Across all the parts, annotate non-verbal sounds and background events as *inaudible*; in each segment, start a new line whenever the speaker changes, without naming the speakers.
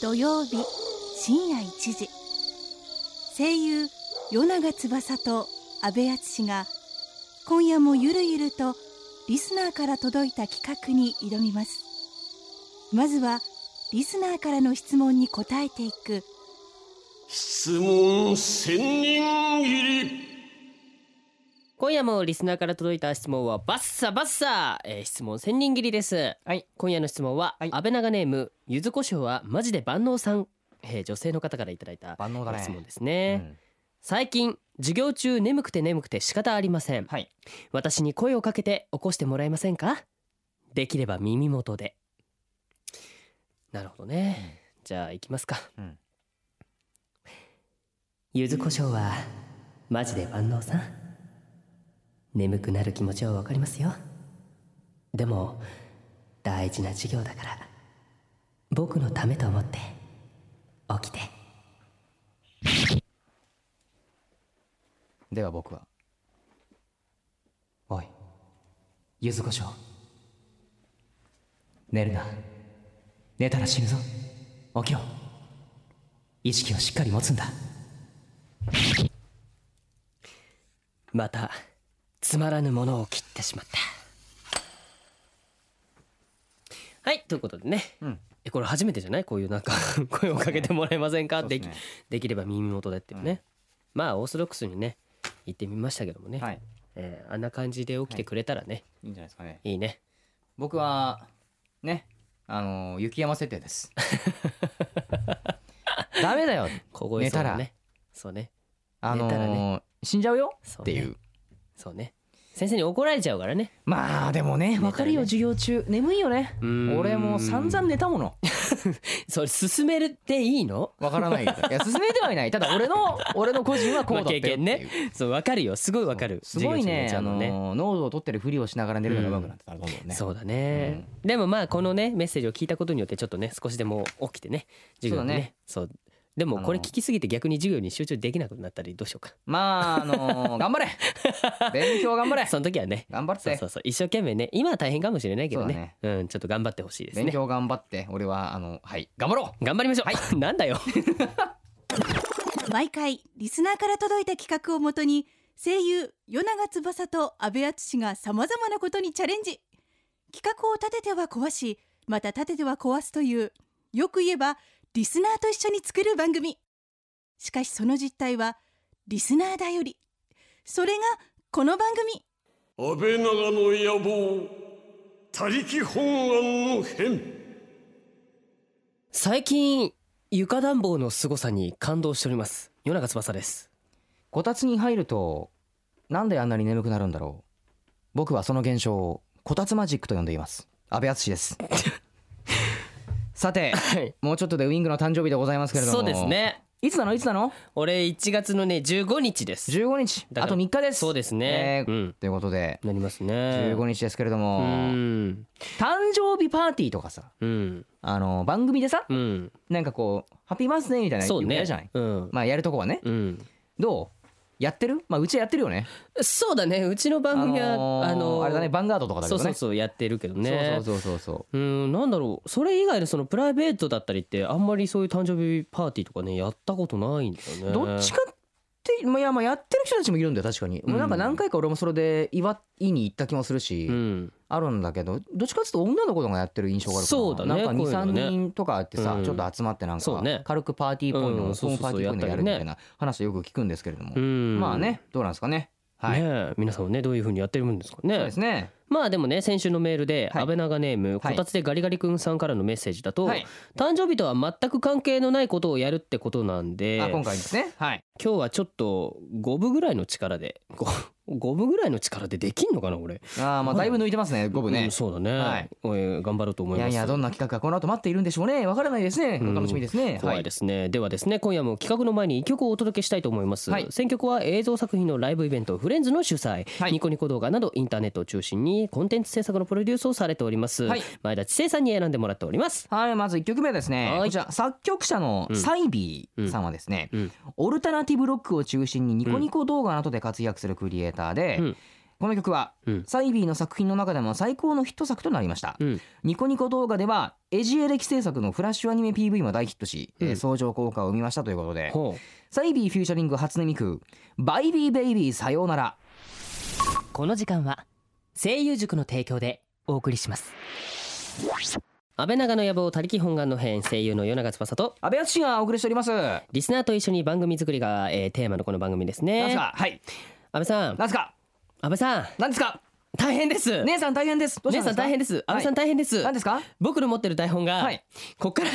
土曜日深夜1時声優与永翼と阿部淳が今夜もゆるゆるとリスナーから届いた企画に挑みますまずはリスナーからの質問に答えていく
質問千人切り
今夜もリスナーから届いた質問はバッサバッサ、えー質問千人切りです、
はい
今夜の質問は、
はい
安倍長ネームゆずこしょうはマジで万能さん、えー女性の方からいただいた
万能だね
質問ですね、最近授業中眠くて眠くて仕方ありません、
はい
私に声をかけて起こしてもらえませんかできれば耳元でなるほどね、じゃあ行きますか、
うん
ゆずこしょうはマジで万能さん眠くなる気持ちはわかりますよでも大事な授業だから僕のためと思って起きて
では僕はおいゆずこしょう寝るな寝たら死ぬぞ起きろ意識をしっかり持つんだ
またつまらぬものを切ってしまったはいということでね、
うん
えこれ初めてじゃないこういうなんか *laughs* 声をかけてもらえませんか
そう
で
で
き
すね
できれば耳元でっていうね、まあオーソドックスにね言ってみましたけどもね、
はい
えーあんな感じで起きてくれたらね、
いいんじゃないですかね
い、いね
僕はねあの雪山設定です *laughs* ダメだよ
小声そうな
寝たら
ねそうね
あの
寝たら
死んじゃうよ
そう
って
ね
いう
そうね先生に怒られちゃうからね
まあでもね
たらね
わかるよ授業中眠いよね
うーん
俺もう散々寝たもの
それ進めるっていいの
わからないけどいや進めてはいないただ俺の俺の個人はこうだったよっていう
まあ経験そうわかるよすごいわかる、
すごいね
授業中
あの
に寝ちゃう
ー濃度を取ってるふりをしながら寝るのが上手くなってたらどんどんね
そうだね、でもまあこのねメッセージを聞いたことによってちょっとね少しでも起きてね授業にねそうでもこれ
あの
聞きすぎて逆に授業に集中できなくなったりどうしようか
まああのー頑張 *laughs* れ勉強頑張れ
その時はね
頑張っ
そう
て
そうそう一生懸命ね今は大変かもしれないけどね
そう
うんちょっと頑張ってほしいです
勉
ね
強頑張って俺はあのはい頑張ろう
頑張りましょう、 *laughs* なんだよ
毎回リスナーから届いた企画をもとに声優与永翼と阿部淳がさまざまなことにチャレンジ企画を立てては壊しまた立てては壊すというよく言えばリスナーと一緒に作る番組しかしその実態はリスナーだよりそれがこの番組
安倍長の野望他力本願の変
最近床暖房の凄さに感動しております夜中翼です
こたつに入るとなんであんなに眠くなるんだろう僕はその現象をこたつマジックと呼んでいます安部淳です
*laughs*
さて
はい
もうちょっとでウィングの誕生日でございますけれども
そうですね
いつなのいつなの
俺1月のね15日です
15日
だから
あと3日です
そうですね、
えー
うん
ということで
なりますね
15日ですけれど
う
も
ん
誕生日パーティーとかさ
うん
あの番組でさ
うん
なんかこう「ハッピーバースデー」みたいな
そう
言や
ね
るじゃない
うん、
まあやるとこはね
うん、
どうやってるまあうちはやってるよね
そうだねうちの番組はあの
あのーあれだねヴァンガードとかだけ
そう
ど
そう
ね
そうやってるけどね
そうそうそうそう
うんなんだろうそれ以外のそのプライベートだったりってあんまりそういう誕生日パーティーとかねやったことないんだよね
どっちかってまあいやまあやってる人たちもいるんだよ確かに、もうなんか何回か俺もそれで祝いに行った気もするし、
うん
あるんだけどどっちかっていうと女の子とかがやってる印象があるから
そうだね
なんか
こういうのね
23人とかってさ、
うん
ちょっと集まってなん
そう
か
ね
軽くパーティーっぽいの
う
を
んそうそうそう
パーティーっぽいのやるみたいな話をよく聞くんですけれども、
うん
まあねどうなんですかねはい、
ねえ皆さんはねどういう風にやってるんですか
そう
ね
ですね
まあでもね先週のメールで、
はい
安倍長ネーム
は
こ
い
たつでガリガリ君さんからのメッセージだと、
はい
誕生日とは全く関係のないことをやるってことなんで
あ今回ですねはい
今日はちょっと五分ぐらいの力で *laughs* 五五分ぐらいの力でできんのかな俺
あーまあだいぶ抜いてますね五分
う
ね
ん、そうだね、
はい
えー頑張ろうと思い
い
ま
や
す
いやどんな企画がこの後待っているんでしょうねわからないですね
うん
お楽しみですね
怖いですね、ではですね今夜も企画の前に一曲をお届けしたいと思います、
はい
選曲は映像作品のライブイベントフレンズの主催、
はい
ニコニコ動画などインターネットを中心にコンテンツ制作のプロデュースをされております、
はい
前田知世さんに選んでもらっております
はい、まず1曲目はですね
はい
こちら作曲者の
うん
サイビーさんはですね、
うん
オルタナティブロックを中心にニコニコ動画などで活躍するクリエイターで、
うん
この曲は、
うん
サイビーの作品の中でも最高のヒット作となりました、
うん
ニコニコ動画ではエジエレキ制作のフラッシュアニメ PV も大ヒットし、えー
うん
相乗効果を生みましたということで
ほ
サイビーフューチャリング初音ミク「バイビーベイビーさようなら
うこの時間は声優塾の提供でお送りします安倍長の野望他力本願の編声優の与永翼と」
安倍淳がお送りしております。な
リスナーと一緒に番組作りが、えーテーマのこの番組ですね
んすかはい
安倍さん
なんすか
安倍さん
なんですか
大変です
姉さん大変です。どうし
姉
た
さん大変です安倍さん大変です、
なんですか
僕の持ってる台本が、
はい
こっから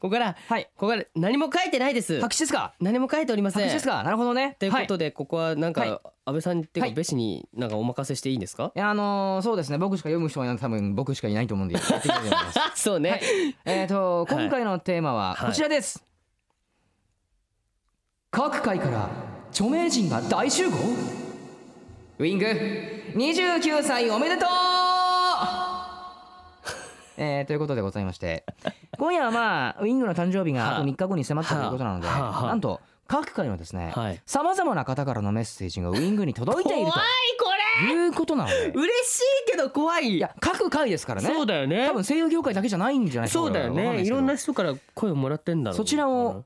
ここから
はい
ここから何も書いてないです
白紙ですか
何も書いておりません
白紙ですかなるほどね。
ということ
は
で、ここはなんか、
はい
安倍さんっていう
は
か
い
べしになんかお任せしていいんですか、
いやあのーそうですね僕しか読む人はいない多分僕しかいないと思うんでやっていきたいと思いま
*laughs*
す
そうね、
えっと
はい
今回のテーマはこちらです、各界から著名人が大集合ウィング29歳おめ
*laughs*
でとうえー、ということでございまして今夜はまあウィングの誕生日があと3日後に迫ったということなので
はあはあはあ
なんと各界のですね
はい
さまざまな方からのメッセージがウィングに届いている
怖いこれ
ということなので
嬉しいけど怖い
いや各界ですからね
そうだよね
多分声優業界だけじゃないんじゃないですか
そうだよ
これはわか
ねい
ですけど
ろんな人から声をもらってんだろう
そちらを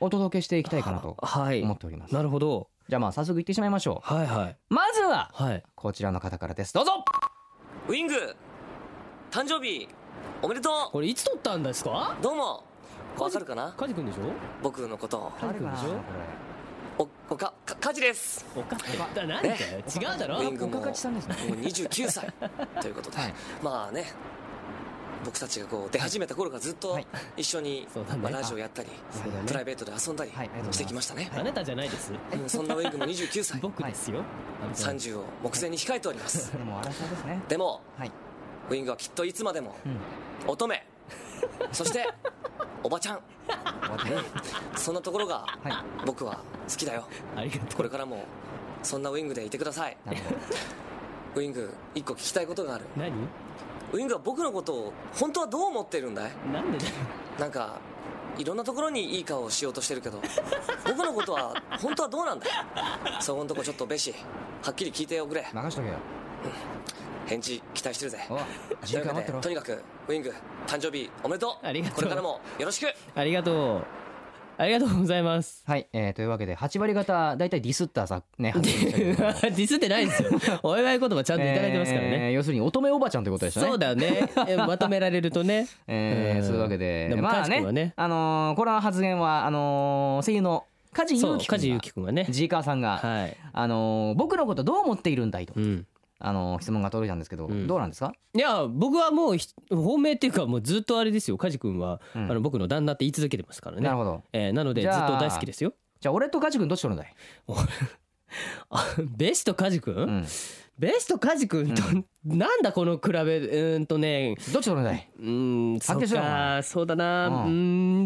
お届けしていきたいかなと
はい
思っております
なるほど
じゃあまあ早速行ってしまいましょ
はいはいう
まずは
はい
こちらの方からですどうぞ
ウィング誕生日おめでと
これいつ撮ったんですか
うどうもわかるかな
カジ君でしょ
僕のこと
誰かな
お、おか、か、かじです
おかだなんだよ違うだろ
ウィングも
おかかちさんですね
もう29歳ということで、
はい
まあね僕たちがこう出始めた頃からずっと
はい
一緒に、
そうだね
まあ、ラジオやったり、
そうだね
プライベートで遊んだり
はいありがとうございます
してきましたね、
あなたじゃないです
うんそんなウィングも29歳
僕ですよ安倍さん
30を目前に控えております
でも嵐ですね
でも
はい
ウィングはきっといつまでも
うん
乙女そしておばちゃん
終わって
そんなところが
はい
僕は好きだよ
ありがと
これからもそんなウィングでいてください
なるほど
ウィング一個聞きたいことがある
う何
ウィングは僕のことを本当はどう思ってるんだい
なんでだよ
なんかいろんなところにいい顔をしようとしてるけど僕のことは本当はどうなんだいそこんとこちょっとべしはっきり聞いておくれ
任しとけよ
返事期待してるぜ
お時
という
間待
わけ
って
で
ろ
とにかくウィング誕生日おめでとう
ありがとう
これからもよろしく
ありがとうありがとうございます
はいえーというわけで8割方大体ディスったさね
*laughs* デ
発言でしたけ
*laughs*
ど
ィスってないですよお祝い言葉ちゃんといただいてますからね、
えー要するに乙女おばちゃんということでしたね
そうだよねえまとめられるとね
え
う
ー、
ん
そういうわけで
でも
まあ
梶君は
ね
ね、
あのーこの発言はあのー声優の梶裕
*laughs* そう
貴
梶
君
裕
が
貴君がね
ジーカーさんが、
はい
あのー僕のことどう思っているんだいと、
うん
あのー質問が届いたんですけど、
うん
どうなんですか
いや僕はもうひ本命っていうかもうずっとあれですよ梶君は、
うん
あの僕の旦那って言い続けてますからね
なるほど
えーなので
じ
ずっ
ゃあ
と大好きですよ
じゃあ俺と梶君どっち取るんだい、
あベスト梶君、
うん、
ベスト梶君と、なんだこの比べうーんとね
どっち取るんだいう
ーんそ
はっきり
っ
しろお前
かそうだな
う
うんー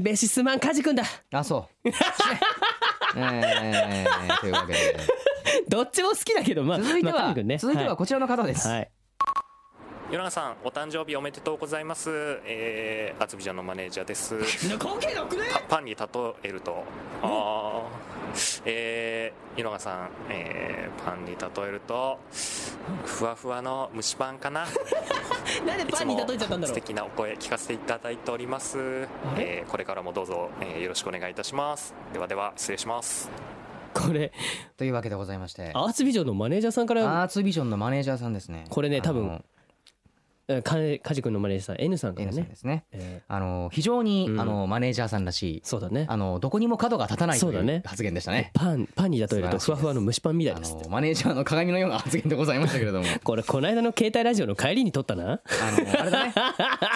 んベシスマン梶君だ
あそう
*laughs*
えー、というわけで
どっちも好きだけどまあ
続い
ま
て
あ
は、
梶君ね
続いてはこちらの方です、
はい、はい
与永さんお誕生日おめでとうございますえー、厚美ちゃんのマネージャーです
後継の
パパンに例えるとあーえー、与永さん、えー、パンに例えるとふわふわの蒸しパンか
*laughs*
な
なんでパンに例えちゃったんだ
素
ろう
敵なお声聞かせていただいております、えー、これからもどうぞ、えー、よろしくお願いいたしますではでは失礼します
これ
というわけでございまして
アーツビジョンのマネージャーさんから
アーツビジョンのマネージャーさんですね
これね多分
あの
うんか梶君のマネージャーさん N さんから
N さん
ね
ですね
えー
あの非常に、
うん
あのマネージャーさんらしい
そうだね
*laughs* あのどこにも角が立たない
そう
とい
だね
う発言でしたね。
パンパンに例えるとふわふわの蒸しパンみたい
あ
ですって
のマネージャーの鏡のような発言でございましたけれど
*laughs*
も、
これこの間の携帯ラジオの帰りに撮ったな *laughs*
あのあれだね、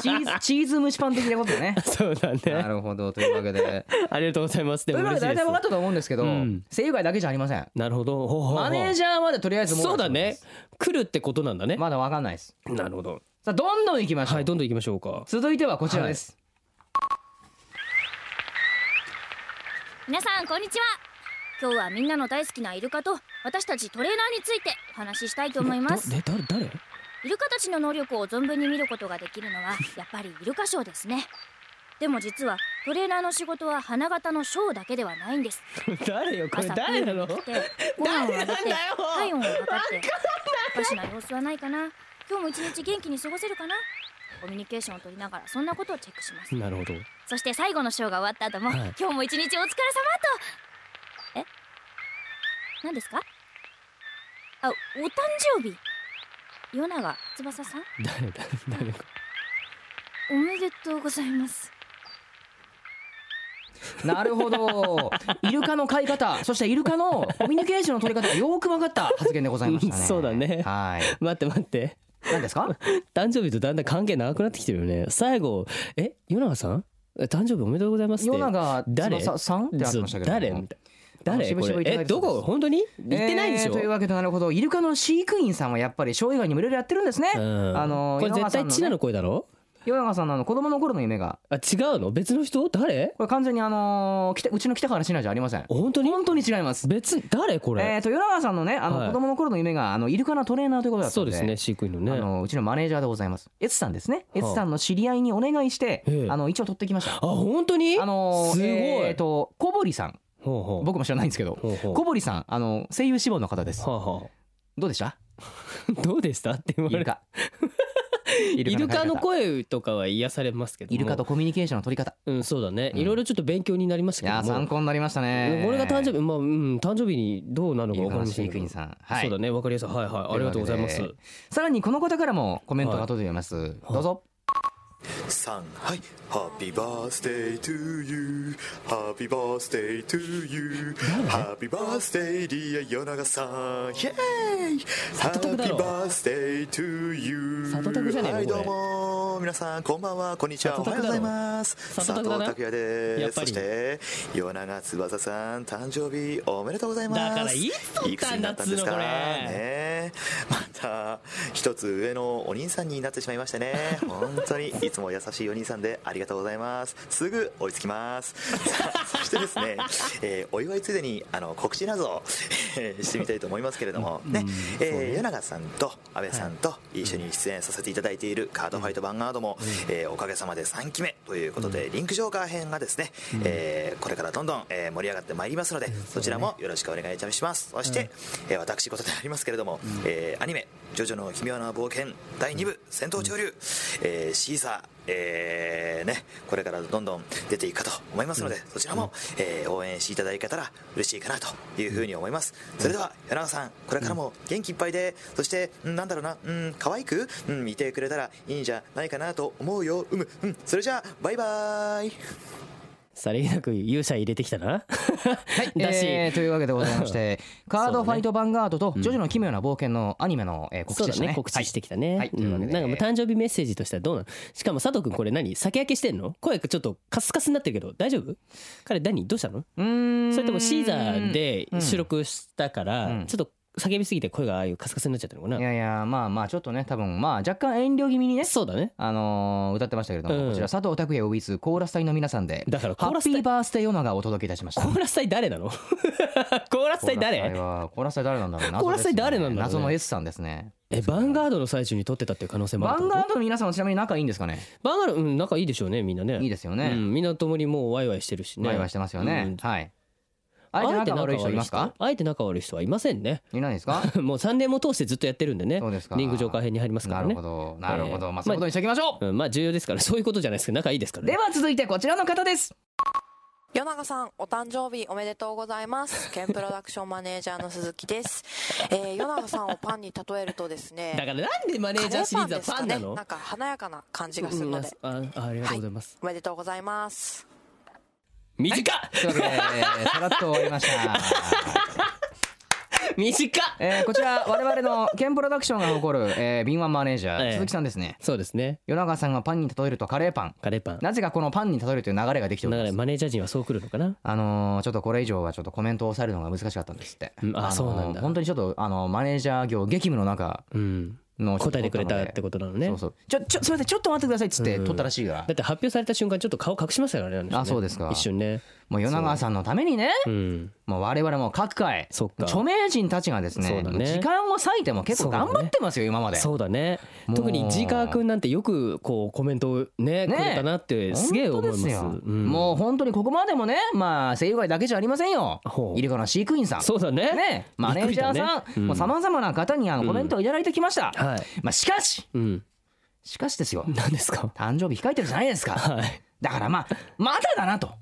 チーズチーズ蒸しパン的なこと
*laughs*
だね。
そうだ
な
ね
るほどというわけで、
ありがとうございますで
とい
も
うわ
嬉
け
しい
で
です
大体分かったと思うんですけど、
うん
声優界だけじゃありません。
なるほどほうほうほう
マネージャーまでとりあえず網羅
そうだね
して
来るってことなんだね、
ます。まだ分かんないです。
なるほど
さあどんどん行きましょう。
はいどんどん行きましょうか
続いてはこちらです。
皆さんこんにちは今日はみんなの大好きなイルカと私たちトレーナーについてお話ししたいと思います
え誰誰
イルカたちの能力を存分に見ることができるのはやっぱりイルカショーですねでも実はトレーナーの仕事は花形のショーだけではないんです
*laughs* 誰よこれ
朝プ
誰
ー
な
ル
の
に来てご飯をあげて体温を測ってかしな様子はないかな今日も一日元気に過ごせるかなコミュニケーションを取りながらそんなことをチェックします
なるほど
そして最後のショーが終わった後も、
はい
今日も一日お疲れ様とえ何ですかあお誕生日与永翼さん
誰だ誰か
おめでとうございます
なるほどイルカの飼い方そしてイルカのコミュニケーションの取り方がよく分かった発言でございましたね
そうだね
はい
*laughs* 待って待って
何ですか
誕生日とだんだん関係長くなってきてるよね最後え与永さんえ誕生日おめでとうございますって
世永
誰
翼さんってあってましたけど
誰みたいな
あ
誰
の
こ
渋々
れ
いただ
え
いてた
ど
んです
こ本当に言ってないでし
え
ょ、
ーというわけでなるほどイルカの飼育員さんはやっぱりショー以外にもいろいろやってるんですね、
うん
あの
これ
世永
絶対
さんのね
チナの声だろ
世永さんのあの子供の頃の夢が
あ違うの別の人誰
これ完全にあのー、きたうちの北原シナじゃありません
本当に
本当に違います
別誰こ
え
れ、
ー、と世永さんのねあの、
はい
子供の頃の夢があのイルカのトレーナーということだった
そ
ん
う
で
ですね飼育員の
あ
ねあ
のうちのマネージャーでございます。S さんですね。
はあ
S さんの知り合いにお願いして
ええ、
あの一応取ってきました。
本当に
あのー
すごい、
えーと小堀さん、
ほうほう
僕も知らないんですけど、
ほうほう
小堀さん、あの声優志望の方です
は。あは
どうでした？
あどうでしたって言 *laughs* わ
イ
れ
ル
る
カ。
イルカの
飼い方。
声とかは癒されますけども
イルカとコミュニケーションの取り方。
うんそうだね
うん
いろいろちょっと勉強になりまし
い
た
やー
けど
参
も
考になりましたね。
俺が誕生日まあうん誕生日にどうなの
イ
か
ル
わか
カ
りま
の
せん
飼育
け
員
ど
さん。はい。
そうだねわかりやすいはいはいありがとうございます
というわけでさらにこの方からもコメントが届いています。どうぞ。
さんはい「Happy birthday to you Happy birthday to you Happy birthday dear 夜長さん Yay
里宅だ
Happy
ろ
birthday to you
里宅じゃねえの
はい
これ
どうも皆さんこんばんはこんにちはお
里
はよ
宅
う
だ
ご
ろ
ざいます
里
佐
宅
藤
だな
拓也で
やっ
す
ぱり
そして夜長翼さん誕生日おめでとうございます
だからいつ撮ったんだっつうの
いくつになったんですか
これ
ねまた一つ上のお兄さんになってしまいましてね本当にいつも優しいお兄さんでありがとうございますすぐ追いつきますさあそしてですね、えーお祝いついでにあの告知などをえーしてみたいと思いますけれどもね、えー、永さんと安倍さんと一緒に出演させていただいているカードファイトヴァンガードも、えーおかげさまで3期目ということで、リンクジョーカー編がですね、えーこれからどんどん、えー盛り上がってまいりますので、そちらもよろしくお願いいたします。そして、えー私事でありますけれども、えーアニメ、ジョジョの奇妙な冒険第2部、戦闘潮流、えーシーサー、えーね、これからどんどん出ていくかと思いますので、そちらも、えー応援していただけたら嬉しいかなというふうに思います。それでは、柳川さん、これからも元気いっぱいで、そして、うんなんだろうな、うん、可愛く、うん、いてくれたらいいんじゃないかなと思うよ。うむ、うん、それじゃあ、バイバーイ。
さりげなく勇者入れてきた *laughs* な
はい、
だし
えーというわけでございまして
*laughs*
カードファイトヴァンガードとジョジョの奇妙な冒険のアニメの、えー、告
そ
知
う
で
だ
したね
ね告知してきたね、
はいと
う
いうわけ
ん
で
なんかもう誕生日メッセージとしてはどうなのしかも佐藤君これ何酒焼けしてんの声ちょっとカスカスになってるけど大丈夫彼何どうしたの
うーん
それともシーザーで
うん
収録したから、
うん
ちょっと叫びすぎて声がああいうカスカスになっちゃったのかない
やいやまあまあちょっとね多分まあ若干遠慮気味にね
そうだね
あのー歌ってましたけれども、
うん
こちら佐藤拓也 WITH コーラス隊の皆さんで
だからコ
ハ
ーラ
ッ
ス
ピー
隊
バースデーヨナがお届けいたしました
コーラス隊誰なの *laughs* コーラス隊
コーラス隊
誰
はコーラス隊誰なんだろうな
コーラス隊誰なんだろうね
謎の S さんですね
えバンガードの最中に撮ってたっていう可能性もあ
バ
る
ンガ
バ
ードの皆さんはちなみに仲いいんですかね
バンガードうん仲いいでしょうねみんなね
いいですよ
う
ね、
ん、みんなともにもうワイワイしてるしね
ワイワイしてますよね、
うん
はいあえて仲悪い人いますか
あえて仲悪い人はいませんね *laughs*
いないですか
もう3年も通してずっとやってるんでね
そうですか
リング上下編に入りますから
なる
ね
ほどなるほど、
えー
まあそういうことにしておきましょう、
うん、まあ重要ですからそういうことじゃないですけど仲いいですからね
では続いてこちらの方です
与永さん、お誕生日おめでとうございます。ケンプロダクションマネージャーの鈴木です。えー、与永さんをパンに例えるとです
だか
ね、
らなんでマネージャーシリーズはパ
カレーパンですか
ンな
ね
の
なんか華やかな感じがするので、
うんああありがとうございます、
おめでとうございます。
短っ、
というわけでさらっと終わりま *laughs* した、
短っ
えーこちら我々のケンプロダクションが誇る、えー、敏腕マネージャ
ええ
ー鈴木さんですね
そうですね
夜中さんがパンに例えるとカレーパン
カレーパン
なぜかこのパンに例えるという流れができてお
だ
り
か
ま
ら
す
マネージャー陣はそう来るのかな
あのーちょっとこれ以上はちょっとコメントを抑えるのが難しかったんですって、
うんあ
のー
そうなんだ
本当にちょっとあのーマネージャー業激務の中
うん
のちょっ
答
と
えてくれたって
撮
こ
っ
となの
たので
ね
そうそうちょちょすみませんちょっと待ってくださいっつって撮ったらしいから、
だって発表された瞬間ちょっと顔隠しましたからねの人ね
あそうですか
一瞬ね
もう与永さんのためにね
うん
もう我々も各界
そっか
著名人たちがです
そ
ね
うだね
時間を割いても結構頑張ってますよ今まで
そうだね
もう
特にジーカー君なんてよくこうコメントをね
ね
くれたなってすげえ思います
本当ですよ
うん
もう本当にここまでもねまあ声優界だけじゃありませんよ
ほう
イルカの飼育員さん
そうだね
ねマネージャーさ
びっくりだねうん
んもうさまざまな方にあのコメントをいただいてきました、
はい
まあ、しかし
うん
しかしですよ
何ですか
誕生日控えてるじゃないですか、
はい
だからまあまだ
*laughs*
だなとも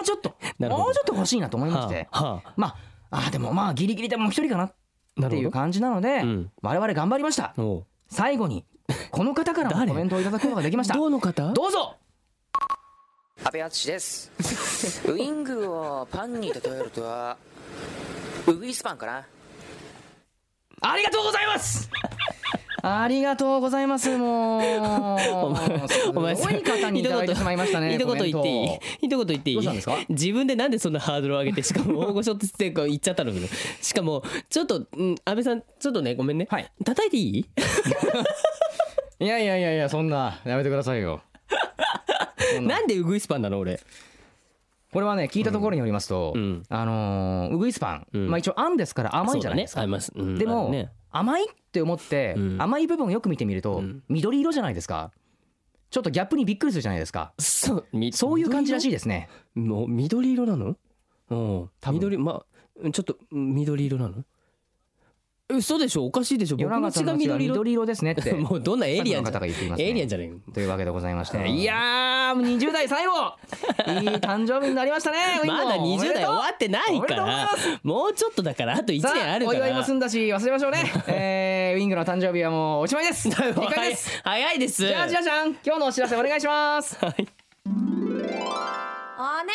うちょっと
なるほど
もうちょっと欲しいなと思いまし
は
て
あはあ
まああーでもまあギリギリでもう一人かなっ
な
てい
る
う
ほ
感じなので、
うん
我々頑張りました
どおう
最後にこの方からも
誰
コメントをいただくことができました
どの方
どうぞ
安倍淳ですウイングをパンに例えるとはウイスパンかな
ありがとうございますありがとうございますも
*laughs*
うお
お前
すごい方にいただいてしまいま
*laughs*
したね
いとこと言っていいいとこと言っていい
どうしたんですか
自分でなんでそんなハードルを上げてしかも大御所ってこう言っちゃ
*laughs*
ったのにしかもちょっとうん安倍さんちょっとねごめんね、
はい
叩いていい
いやいやいやいやそんなやめてくださいよそんな
なんでウグイスパンなの俺
これはね聞いたところによりますと、
うんうん
あのーウグイスパン、
うん
まあ、一応あんですから甘いじゃないです
そうだね合
か、
います、うん
で
あ
も、
のね
甘いって思って、
うん
甘い部分をよく見てみると、
うん
緑色じゃないですかちょっとギャップにびっくりするじゃないですか
そうみ
そういう感じらしい
い
ですね
もう緑色なのうん
多分
緑まあちょっとうん緑色なの嘘でしょおかしいでしょ僕
夜
の
中
血
さん
が
の血が
緑色
緑色ですねって
*laughs* もうどんなエイリアンじ
スタ
ゃ
ッフの方が言っていま
ん
すね
エイリアンじゃないの
というわけでございまし
あー
ていやーもう20
*laughs*
代最後いい誕生日になりましたねウィンゴ
まだ
おめ
20代
で
終
とう
わってないか
お
ら
めでとうござい
もうちょっとだからあと1
さ
年ある
お
から
祝いも済んだし忘れましょうね、えー、ウィングの誕生日はもうおしまいです
*laughs* *laughs* 早い
2回です
早いです
じゃあじゃあじゃん今日のお知らせお願いします
はい
お姉ちゃんラーメンで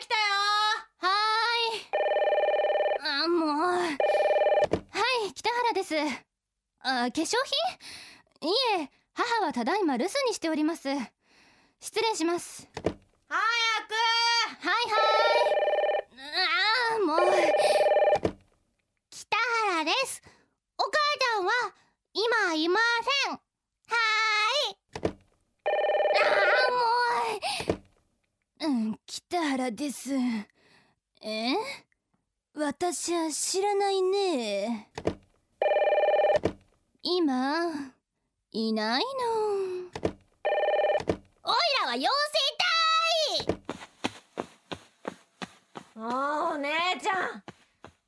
きたよ
はーいあもうはい北原ですあ化粧品いいえ母はただいま留守にしております失礼します
早く
はいはいああもう北原ですお母ちゃんは今いませんはーいああもううん北原ですえ私は知らないね今いないのおいらは妖精隊
お姉ちゃん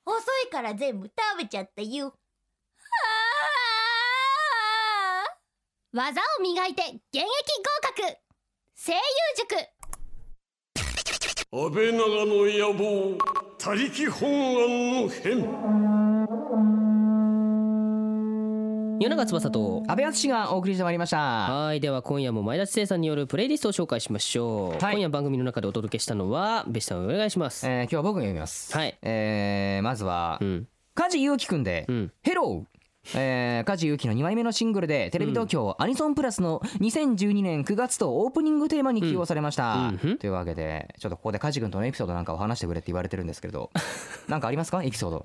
遅いから全部食べちゃったよ
技を磨いて現役合格声優塾
安倍長の野望他力本願の変
夜長翼と
安倍敦がお送りしてまいりました
はいでは今夜も前田知世さんによるプレイリストを紹介しましょう、
はい
今夜番組の中でお届けしたのはベシさんお願いします、
えー、今日は僕が読みます、
はい
えー、まずは、
うん
梶裕貴くんで
うん
「ヘロー」えー、梶裕貴の2枚目のシングルでテレビ東京アニソンプラスの2012年9月とオープニングテーマに起用されました、
うんうんうん
というわけでちょっとここで梶君とのエピソードなんかを話してくれって言われてるんですけれ
*laughs*
どなんかありますかエピソード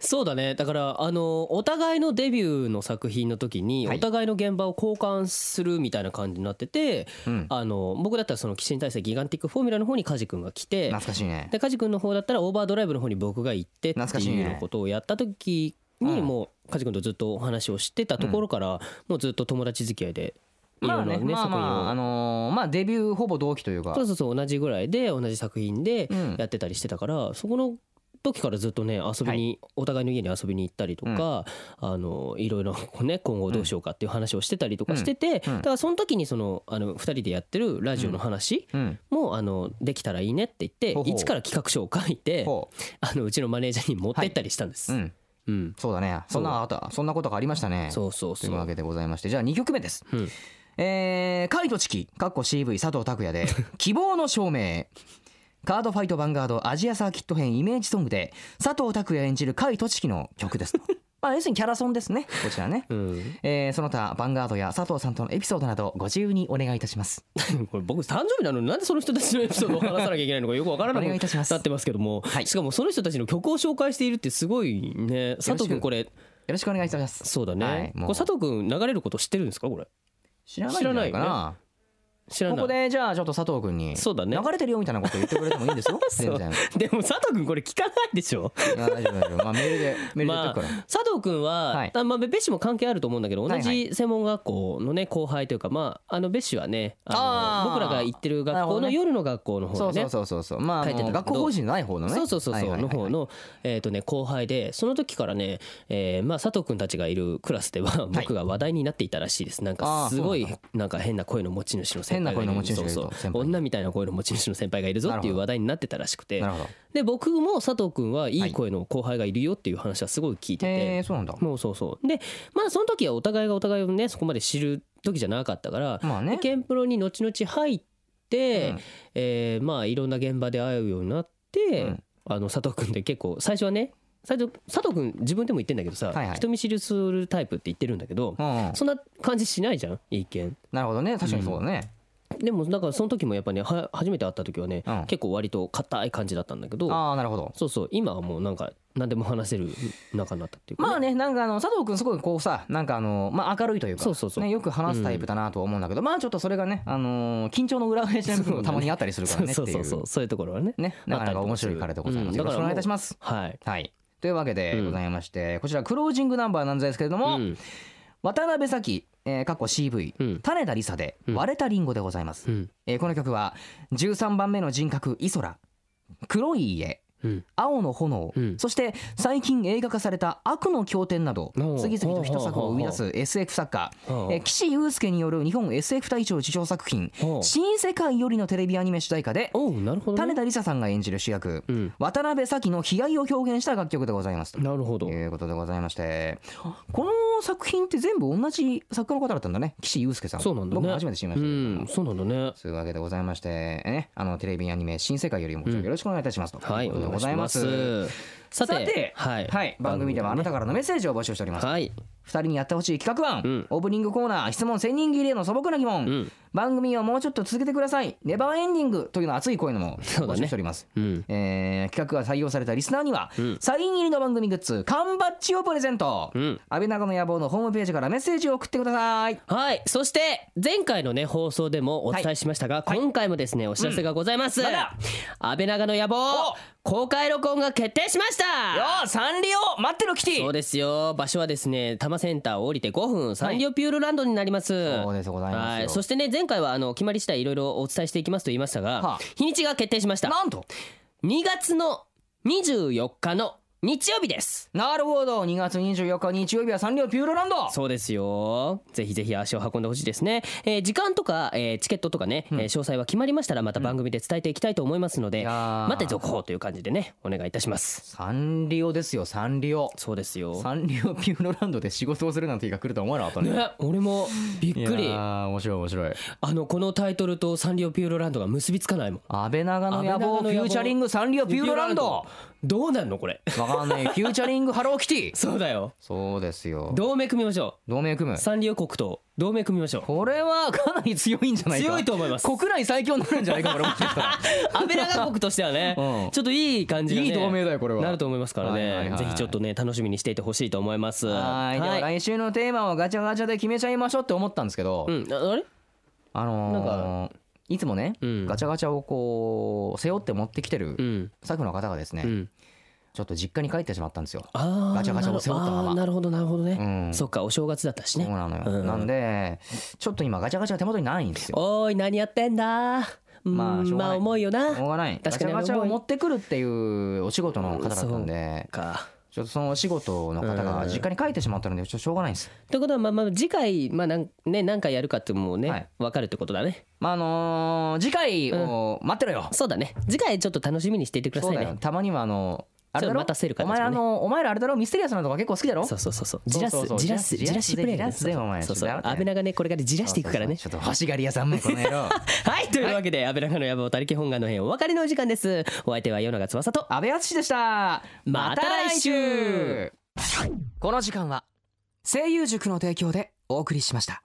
そうだねだからあのお互いのデビューの作品の時に
はい
お互いの現場を交換するみたいな感じになってて、
うん
あの僕だったらその「寄進対戦ギガンティックフォーミュラ」の方に梶君が来て
懐かしいね
で梶君の方だったらオーバードライブの方に僕が行ってって
懐かし
い
い
う
ね
ようなことをやった時に
うん
もう梶君とずっとお話をしてたところからもうずっと友達付き合いでい
ま
ろ
あ
んな
ね
ね
まあ
作
まあ、あ
品を。
のーまあデビューほぼ同期というか
そうそうそう同じぐらいで同じ作品で
うん
やってたりしてたからそこの時からずっとね遊びにお互いの家に遊びに行ったりとかあのいろいろこうね今後どうしようかっていう話をしてたりとかしててだ
うん
からその時にそのあの2人でやってるラジオの話
うん
もあのできたらいいねって
ほ
言っ
うほ
て
う
一から企画書を書いて
ほ
あのうちのマネージャーに持ってったりしたんです。
ううん
うん、
そうだねそんなあったそんなことがありましたね
そうそう
と
そ
いうわ
う。
けでございましてじゃあ2曲目です、
うん
えー、カイトチキかっこ CV 佐藤拓也 *laughs* で希望の証明カードファイトヴァンガードアジアサーキット編イメージソングで佐藤拓也演じるカイトチキの曲ですと *laughs* まあ要するにキャラソンですねこちらね、
うん、 *laughs*
えーその他ヴァンガードや佐藤さんとのエピソードなどご自由にお願いいたします
これ僕誕生日なのになんでその人たちのエピソードを話さなきゃいけないのかよくわからな
*laughs* お
く
願いいたします
なってますけども、
はい
しかもその人たちの曲を紹介しているってすごいね佐藤君これ
よろしくお願いいたします
そうだね、
はいも
こ
う
れ佐藤君流れること知ってるんですかこれ
知らないんじゃないかな
知らないよ知らない
ここでじゃあちょっと佐藤君にそうだね流れてるよみたいなこと言ってくれてもいいん *laughs* ですよ全然
でも佐藤君これ聞かないでしょ
大丈夫大丈夫まあメールでメールで言っとくから
まあ、佐藤君は、あまあ、べべっしも関係あると思うんだけど同じ専門学校のね後輩というかまああのべっしはねあの
あー
僕らが行ってる
な
学
るほ
校
どね
の夜の学校の方でね
そうそうそうそうそうまあ
書いてたんだけ
あ
ど
の学校法人のない方のね
そうそうそう
はい
そ
は
う
いは
の
い
方のえっとね後輩でその時からねえーまあ佐藤君たちがいるクラスでは僕が話題になっていたらしいですなん
あ
か
ー
すごいなんか変な声の持ち主の先輩がい
変な声の持
る
ち主がいると
そうそう女みたいな声の持ち主の先輩がいるぞっていう話題になってたらしくてで僕も佐藤君はいい声の後輩がいるよっていう話はすごい聞いてて
そうなんだ
もうそうそうでまだその時はお互いがお互いをねそこまで知る時じゃなかったからでケンプロに後々入ってえーまあいろんな現場で会うようになってあの佐藤君って結構最初はね最初佐藤君自分でも言ってんだけどさ
はいはい
人見知りするタイプって言ってるんだけどそんな感じしないじゃん一見
なるほどね確かにそうだね、
でもだからその時もやっぱねは初めて会った時はね、結構割と硬い感じだったんだけど
ああなるほど
そうそう今はもうなんか何でも話せる仲になったっていうか、
まあねなんかあの佐藤君すごいこうさなんかあのまあ明るいというかねよく話すタイプだなとは思うんだけど、まあちょっとそれがねあのー緊張の裏返しな部分もたまにあったりするからねって
そ
いう
うそうそうそういうところはね
ねなかなか面白い彼でございます、よろしくお願いいたします
すはい、
はい、というわけでございまして、こちらクロージングナンバーなんですけれども、渡辺咲希、えー、かっこ CV、種田理沙で割れたリンゴでございます、えーこの曲は13番目の人格イソラ黒い家、青の炎、そして最近映画化された悪の経典など次々とヒット作を生み出す SF 作家、え
ほう
ー岸優介による日本 SF 大賞受賞作品「新世界より」のテレビアニメ主題歌で種田理沙さんが演じる主役、渡辺咲の悲哀を表現した楽曲でございますと
なるほど
いうことでございましてこの作品って全部同じ作家の方だったんだね岸優介さん
そうなんだね
僕も初めて知りましたけども、
そうなんだね
そういうわけでございまして、ね、あのテレビアニメ「新世界よりも」よろしくお願いいたしますと、
はい
ということ
お
でございます
願いします
さ
さ
て
てはい
番組ではあなたからのメッセージを募集しております、
はい、
2人にやってほしい企画案、オープニングコーナー質問千人切りへの素朴な疑問、番組をもうちょっと続けてくださいネバーエンディングというの熱い声のも募集しております、えー企画が採用されたリスナーには、サイン入りの番組グッズ缶バッジをプレゼント、安倍長の野望のホームページからメッセージを送ってください
はいそして前回のね放送でもお伝えしましたが、今回もですねお知らせがございます、安倍長の野望公開録音が決定しました
よーサンリオ待ってろキティ
そうですよ場所はですね多摩センターを降りて5分サンリオピューロランドになります、
そうですございますよ
はい、そしてね前回はあの決まり次第いろいろお伝えしていきますと言いましたが、日にちが決定しました
なんと
2月の24日の日曜日です
なるほど2月24日日曜日はサンリオピューロランド
そうですよぜひぜひ足を運んでほしいですね、えー時間とか、えーチケットとかね、えー詳細は決まりましたらまた番組で伝えていきたいと思いますので、また続報という感じでねお願いいたします
サンリオですよサンリオ
そうですよ
サンリオピューロランドで仕事をするなんて日が来るとは思わなかったね
ね俺もびっく
い
り
やー面白い面白い
あのこのタイトルとサンリオピューロランドが結びつかないもん
安倍長の野望
安倍長の野望
フューチャリングサンリオピューロランド
どうなんのこれ
わか
*laughs*
んないフューチャリングハローキティ
そうだよ
そうですよ
同盟組みましょ
同盟組む
うサンリオ国と同盟組みましょう
これはかなり強いんじゃないか
強いと思います
国内最強になるんじゃないかこ
*laughs*
れもしかしたら
安倍長国としてはね、
うん
ちょっといい感じが、ね、
いい同盟だよこれは
なると思いますからね、
はいはいはい
ぜひちょっとね楽しみにしていてほしいと思います
はいでは来週のテーマをガチャガチャで決めちゃいましょうって思ったんですけど
うんああれ
あのー
なん
いつもね、ガチャガチャをこう背負って持ってきてるスタッフの方がですね、ちょっと実家に帰ってしまったんですよ。
あー
ガチャガチャを背負ったまま
あーなるほどなるほどね、
ん
そっかお正月だったしね
そうなのよ、
うん
なんでちょっと今ガチャガチャが手元にないんですよ。
おーい何やってんだま
ま
あ
あしょうが
ま
ない
あ重いよな
しょうがない
確かに
ガチャガチャを
重い
持ってくるっていうお仕事の方だったんで
か
ちょっとそのお仕事の方が実家に帰ってしまったのでちょっとしょうがないんです。
ということはまあまあ次回まあなんね何回やるかってもうね、分かるってことだね
まああのー次回を待ってろよ、
そうだね次回ちょっと楽しみにしていてくださ
そう
い
だ
ね
よたまにはあのあ
ち
れだ
ょっと
ろ
待たせる
お
形もね
前あのお前らあれだろミステリアスなのとか結構好きだろ
そうそうそうそう
そ
じ
う
らす
そうそう
じらす
じ
じ
ら
ら
す
し
で
プレイ
じらすでお前
そうそう
ちょっと黙って
安倍長ねこれからじらしていくからね
ちょっと欲しがり屋さんめこの野
*laughs*
郎
はいというわけで安倍長の野望たりき本願の編お別れのお時間ですお相手は与永翼と
安倍敦でした
*laughs* また来週
この時間は声優塾の提供でお送りしました